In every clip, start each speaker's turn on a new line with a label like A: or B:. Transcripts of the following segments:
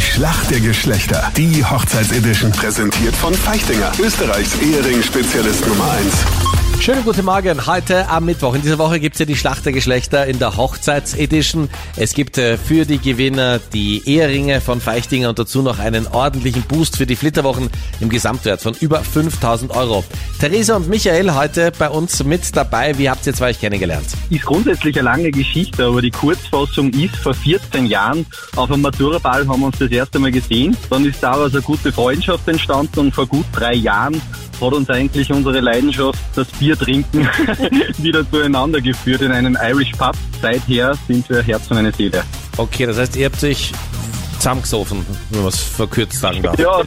A: Schlacht der Geschlechter. Die Hochzeitsedition präsentiert von Feichtinger, Österreichs Ehering-Spezialist Nummer 1.
B: Schönen guten Morgen. Heute am Mittwoch. In dieser Woche gibt's ja die Schlacht der Geschlechter in der Hochzeitsedition. Es gibt äh, für die Gewinner die Eheringe von Feichtinger und dazu noch einen ordentlichen Boost für die Flitterwochen im Gesamtwert von über 5000 Euro. Theresa und Michael heute bei uns mit dabei. Wie habt ihr zwei euch kennengelernt?
C: Ist grundsätzlich eine lange Geschichte, aber die Kurzfassung ist, vor 14 Jahren auf einem Maturaball haben wir uns das erste Mal gesehen. Dann ist daraus eine gute Freundschaft entstanden und vor gut drei Jahren hat uns eigentlich unsere Leidenschaft, das Bier trinken, wieder zueinander geführt in einen Irish Pub. Seither sind wir Herz und eine Seele.
B: Okay, das heißt, ihr habt euch zusammengesoffen, wenn man es verkürzt sagen darf.
C: Ja, auf,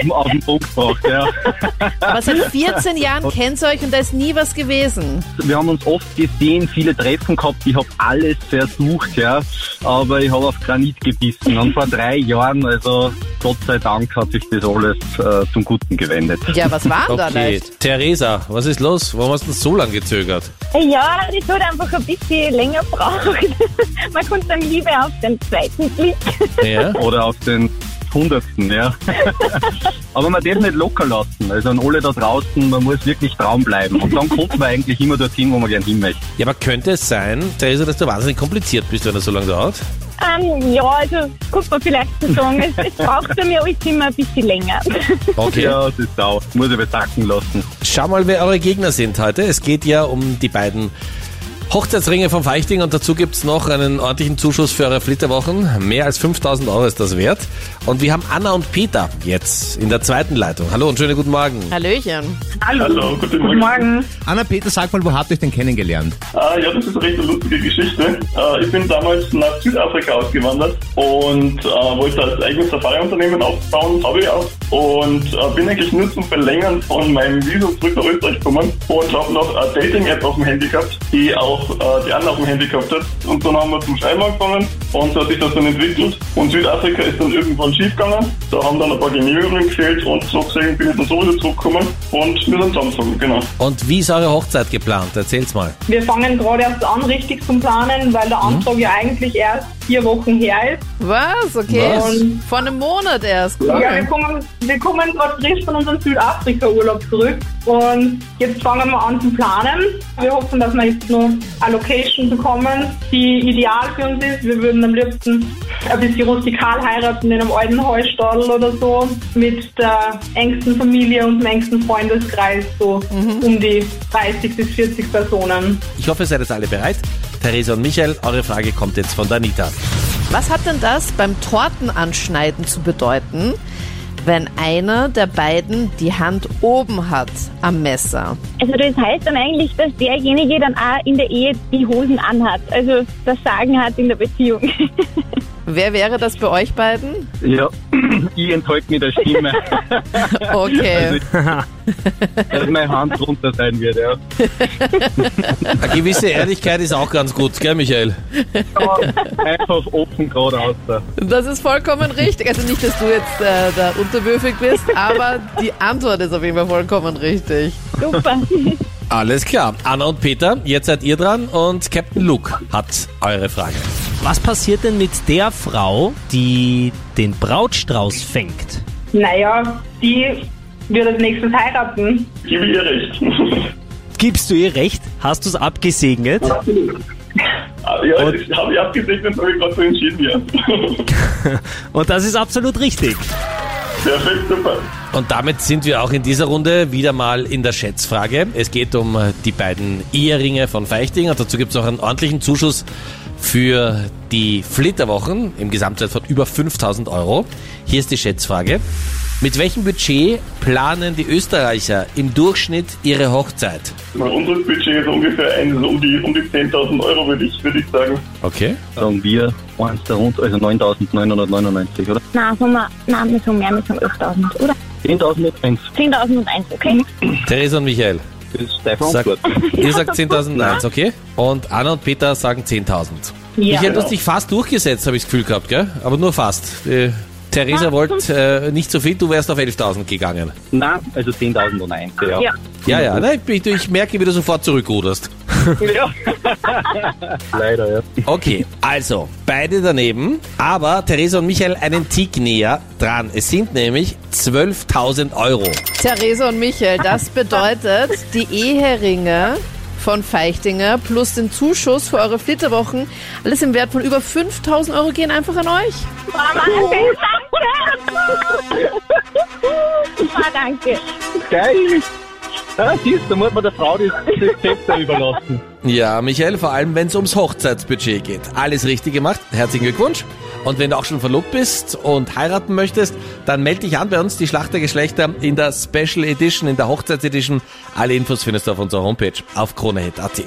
C: den- auf den Punkt gebracht, ja.
D: Aber seit 14 Jahren kennt ihr euch und da ist nie was gewesen.
C: Wir haben uns oft gesehen, viele Treffen gehabt. Ich habe alles versucht, ja. Aber ich habe auf Granit gebissen. Und vor drei Jahren, also Gott sei Dank, hat sich das alles äh, zum Guten gewendet.
D: Ja, was war denn da
B: Okay,
D: leicht?
B: Theresa, was ist los? Warum hast du so lange gezögert?
E: Ja, das hat einfach ein bisschen länger gebraucht. Man kommt dann Liebe auf den zweiten Blick.
B: Ja?
C: Oder auf den Hundertsten, ja. Aber man darf nicht locker lassen. Also an alle da draußen, man muss wirklich Traum bleiben. Und dann kommt man eigentlich immer dorthin, wo man gern hin möchte.
B: Ja, aber könnte es sein, Theresa, dass du wahnsinnig kompliziert bist, wenn das so lange dauert?
E: Ähm, ja, also guck mal vielleicht zu sagen, es, es braucht bei mir alles immer ein bisschen länger.
B: Okay.
C: Ja, das ist auch. Muss ich besacken lassen.
B: Schau mal, wer eure Gegner sind heute. Es geht ja um die beiden Hochzeitsringe von Feichting und dazu gibt's noch einen ordentlichen Zuschuss für eure Flitterwochen. Mehr als 5000 Euro ist das wert. Und wir haben Anna und Peter jetzt in der zweiten Leitung. Hallo und schönen guten Morgen.
D: Hallöchen.
F: Hallo, guten Morgen.
G: Anna Peter, sag mal, wo habt ihr euch denn kennengelernt?
F: Ah, ja, das ist eine recht lustige Geschichte. Äh, ich bin damals nach Südafrika ausgewandert und äh, wollte als eigenes Safari-Unternehmen aufbauen, habe ich auch. Und äh, bin eigentlich nur zum Verlängern von meinem Visum zurück nach Österreich gekommen und habe noch eine Dating-App auf dem Handy gehabt, die auch äh, die andere auf dem Handy gehabt hat. Und dann haben wir zum Schreiben angefangen und so hat sich das dann entwickelt. Und Südafrika ist dann irgendwann schiefgegangen. Da haben dann ein paar Genehmigungen gefehlt und so gesehen bin ich dann so wieder zurückgekommen und wir sind zusammengezogen, genau.
B: Und wie ist eure Hochzeit geplant? Erzähl's mal.
E: Wir fangen gerade erst an, richtig zum Planen, weil der Antrag ja eigentlich erst vier Wochen her ist.
D: Was? Okay.
B: Was?
D: Vor einem Monat erst.
E: Ja, wir kommen, wir kommen gerade frisch von unserem Südafrika-Urlaub zurück und jetzt fangen wir an zu planen. Wir hoffen, dass wir jetzt noch eine Location bekommen, die ideal für uns ist. Wir würden am liebsten ein bisschen rustikal heiraten in einem alten Heustall oder so mit der engsten Familie und dem engsten Freundeskreis, so um die 30 bis 40 Personen.
B: Ich hoffe, ihr seid jetzt alle bereit. Theresa und Michael, eure Frage kommt jetzt von Danita.
D: Was hat denn das beim Tortenanschneiden zu bedeuten, wenn einer der beiden die Hand oben hat am Messer?
E: Also das heißt dann eigentlich, dass derjenige dann auch in der Ehe die Hosen anhat, also das Sagen hat in der Beziehung.
D: Wer wäre das bei euch beiden?
C: Ja, ich enthalte mich der Stimme, Also
D: Okay.
C: dass meine Hand drunter sein wird, ja.
B: Eine gewisse Ehrlichkeit ist auch ganz gut, gell, Michael?
C: Einfach offen geradeaus. da.
D: Das ist vollkommen richtig. Also nicht, dass du jetzt äh, da unterwürfig bist, aber die Antwort ist auf jeden Fall vollkommen richtig.
E: Super.
B: Alles klar. Anna und Peter, jetzt seid ihr dran und Captain Luke hat eure Frage.
H: Was passiert denn mit der Frau, die den Brautstrauß fängt?
E: Naja, die wird als nächstes heiraten.
F: Gib ihr recht.
H: Gibst du ihr recht? Hast du es abgesegnet?
F: ja, das habe ich abgesegnet, habe ich gerade so entschieden, ja.
H: Und das ist absolut richtig.
F: Perfekt, super.
B: Und damit sind wir auch in dieser Runde wieder mal in der Schätzfrage. Es geht um die beiden Eheringe von Feichting und dazu gibt es noch einen ordentlichen Zuschuss für die Flitterwochen im Gesamtwert von über 5000 Euro. Hier ist die Schätzfrage. Mit welchem Budget planen die Österreicher im Durchschnitt ihre Hochzeit?
F: Weil unser Budget ist ungefähr ein, so um die, um die 10.000 Euro, würde ich, würde ich sagen.
B: Okay.
C: Sagen wir eins darunter, also 9.999, oder?
E: Nein, sagen wir, nein, wir sagen mehr, wir sagen 8000, oder? Mhm.
C: 10.001,
E: 10.001, okay?
B: Theresa und Michael,
C: das ist deine
B: sagt,
C: Verantwortung.
B: ihr sagt 10.001, okay? Und Anna und Peter sagen 10.000.
E: Ja.
B: Michael, du hast dich fast durchgesetzt, habe ich das Gefühl gehabt, gell? Aber nur fast. Äh, Theresa wollte äh, nicht so viel, du wärst auf 11.000 gegangen.
C: Nein, also 10.001, ja.
E: Ja.
B: Ja, ja, nein, ich, ich merke, wie du sofort zurückruderst.
C: Ja. Leider, ja.
B: Okay, also beide daneben, aber Theresa und Michael einen Tick näher dran. Es sind nämlich 12.000 Euro.
D: Therese und Michael, das bedeutet, die Eheringe von Feichtinger plus den Zuschuss für eure Flitterwochen, alles im Wert von über 5000 Euro gehen einfach an euch.
I: Oh Mann, danke! Ah, danke.
C: Geil. Ah, siehst du, da muss man der Frau das, das Zepter überlassen.
B: Ja, Michael, vor allem wenn es ums Hochzeitsbudget geht. Alles richtig gemacht. Herzlichen Glückwunsch. Und wenn du auch schon verlobt bist und heiraten möchtest, dann melde dich an bei uns, die Schlacht der Geschlechter in der Special Edition, in der Hochzeitsedition. Alle Infos findest du auf unserer Homepage auf kronehit.at.